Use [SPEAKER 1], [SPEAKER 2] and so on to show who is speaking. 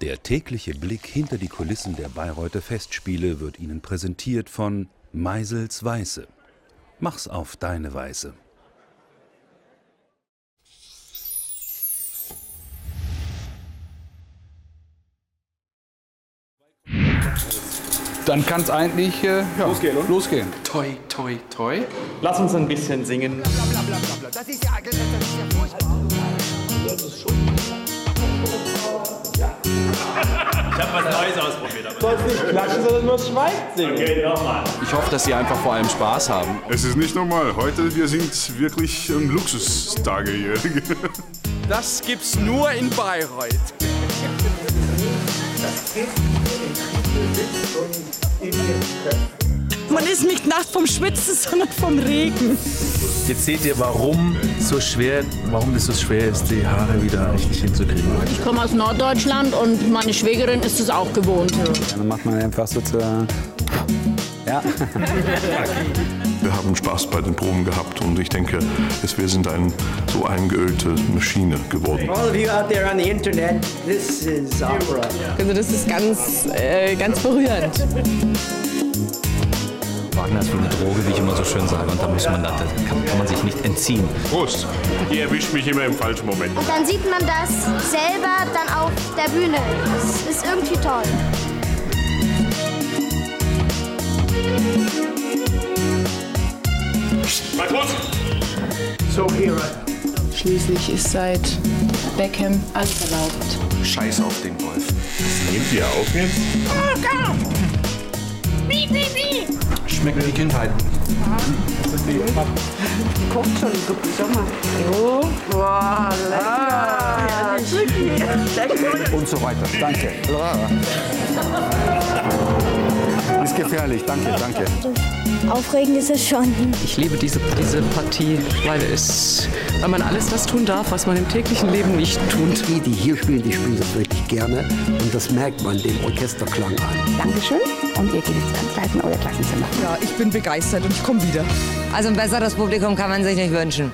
[SPEAKER 1] Der tägliche Blick hinter die Kulissen der Bayreuther Festspiele wird Ihnen präsentiert von Meisels Weiße. Mach's auf deine Weise.
[SPEAKER 2] Dann kann es eigentlich äh, ja,
[SPEAKER 3] Losgehen, oder?
[SPEAKER 2] losgehen.
[SPEAKER 4] Toi, toi, toi.
[SPEAKER 3] Lass uns ein bisschen singen. Sollst nicht klatschen, sondern nur Schweig singen.
[SPEAKER 4] Ich hoffe, dass Sie einfach vor allem Spaß haben.
[SPEAKER 5] Es ist nicht normal. Heute, wir sind wirklich ähm, Luxustage hier.
[SPEAKER 4] Das gibt's nur in Bayreuth.
[SPEAKER 6] Man ist nicht nachts vom Schwitzen, sondern vom Regen.
[SPEAKER 7] Jetzt seht ihr, warum so schwer, warum das so schwer ist, die Haare wieder richtig hinzukriegen.
[SPEAKER 8] Ich komme aus Norddeutschland und meine Schwägerin ist es auch gewohnt.
[SPEAKER 2] Dann macht man einfach so zur. Ja.
[SPEAKER 5] Wir haben Spaß bei den Proben gehabt und ich denke, es, wir sind ein, so eingeölte Maschine geworden.
[SPEAKER 9] All of you out there on the internet, this is opera.
[SPEAKER 6] Also das ist ganz, äh, ganz berührend.
[SPEAKER 7] Wagner ist wie eine Droge, wie ich immer so schön sage. Und da muss man, da kann, kann man sich nicht entziehen.
[SPEAKER 5] Prost! Ihr erwischt mich immer im falschen Moment.
[SPEAKER 10] Und dann sieht man das selber dann auf der Bühne. Es ist irgendwie toll.
[SPEAKER 5] Mein Prost!
[SPEAKER 6] Schließlich ist seit Beckham alles erlaubt.
[SPEAKER 4] Scheiß auf den Wolf.
[SPEAKER 5] Nehmt ihr auf jetzt?
[SPEAKER 4] Schmeckt wie Kindheit.
[SPEAKER 2] Und so weiter. Danke. Ist gefährlich. Danke, danke.
[SPEAKER 10] Aufregend ist es schon.
[SPEAKER 11] Ich liebe diese, diese Partie, weil, es, weil man alles das tun darf, was man im täglichen Leben nicht tut.
[SPEAKER 9] Die, die hier spielen, die spielen das wirklich gerne. Und das merkt man dem Orchesterklang an.
[SPEAKER 8] Dankeschön und ihr geht jetzt ganz leise in euer Klassenzimmer.
[SPEAKER 6] Ja, ich bin begeistert und ich komme wieder.
[SPEAKER 11] Also ein besseres Publikum kann man sich nicht wünschen.